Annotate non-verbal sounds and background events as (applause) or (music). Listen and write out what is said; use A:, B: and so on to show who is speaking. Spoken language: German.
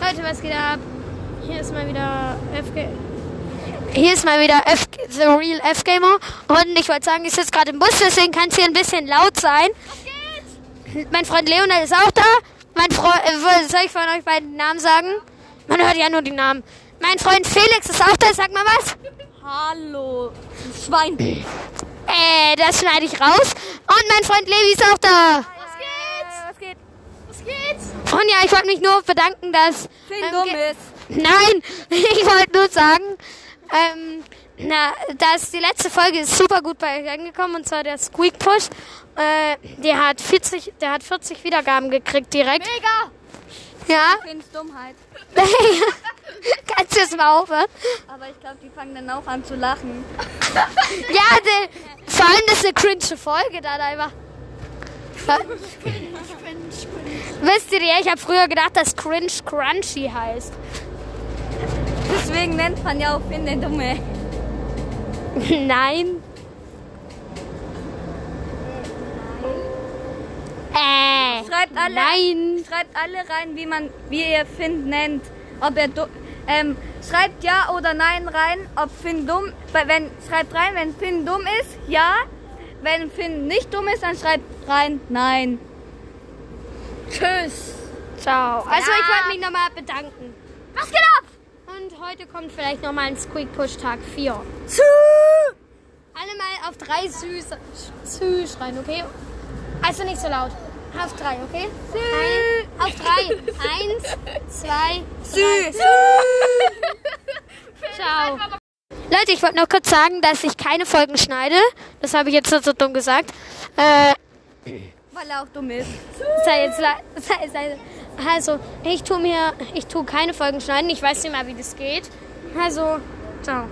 A: Leute, was geht ab? Hier ist mal wieder FG. Hier ist mal wieder F The Real F-Gamer. Und ich wollte sagen, ich sitze gerade im Bus, deswegen kann es hier ein bisschen laut sein. Mein Freund Leonel ist auch da. Mein Freund, äh, soll ich von euch beiden den Namen sagen? Man hört ja nur die Namen. Mein Freund Felix ist auch da, sag mal was.
B: Hallo, Schwein.
A: Äh, das schneide ich raus. Und mein Freund Levi ist auch da.
B: Was geht's? Was geht? Was geht's?
A: Und ja, ich wollte mich nur bedanken, dass.
B: Phil
A: ähm, ge-
B: Gomez.
A: Nein, (laughs) ich wollte nur sagen, ähm, na, dass die letzte Folge ist super gut bei euch angekommen und zwar der Squeak Push. Äh, der hat 40, der hat 40 Wiedergaben gekriegt direkt.
B: Mega.
A: Ja, (laughs)
B: Finns Dummheit.
A: kannst du das mal aufhören?
B: Aber ich glaube, die fangen dann auch an zu lachen.
A: Ja, de, vor allem das ist eine cringe Folge da da immer. Wisst ihr, ich habe früher gedacht, dass cringe crunchy heißt.
B: Deswegen nennt man ja auch Finn der Dumme. (laughs)
A: Nein. Äh.
B: Schreibt alle,
A: Nein.
B: schreibt alle rein, wie man, wie ihr Finn nennt. Ob er du, ähm, schreibt ja oder nein rein, ob Finn dumm, weil wenn schreibt rein, wenn Finn dumm ist, ja. Wenn Finn nicht dumm ist, dann schreibt rein, nein. Tschüss.
A: Ciao. Also
B: Ja.
A: ich wollte mich nochmal bedanken.
B: Was geht ab?
A: Und heute kommt vielleicht nochmal ein Squeak Push Tag 4.
B: Zu.
A: Alle mal auf drei süße Sü schreien, okay? Also nicht so laut. Auf drei, okay? Ein, auf
B: (laughs)
A: drei. Eins, zwei, drei. Ciao. Leute, ich wollte noch kurz sagen, dass ich keine Folgen schneide. Das habe ich jetzt so dumm gesagt. Äh,
B: Weil er auch dumm ist.
A: sei jetzt le- sei, sei, also, ich tue mir, ich tue keine Folgen schneiden. Ich weiß nicht mal, wie das geht. Also, ciao.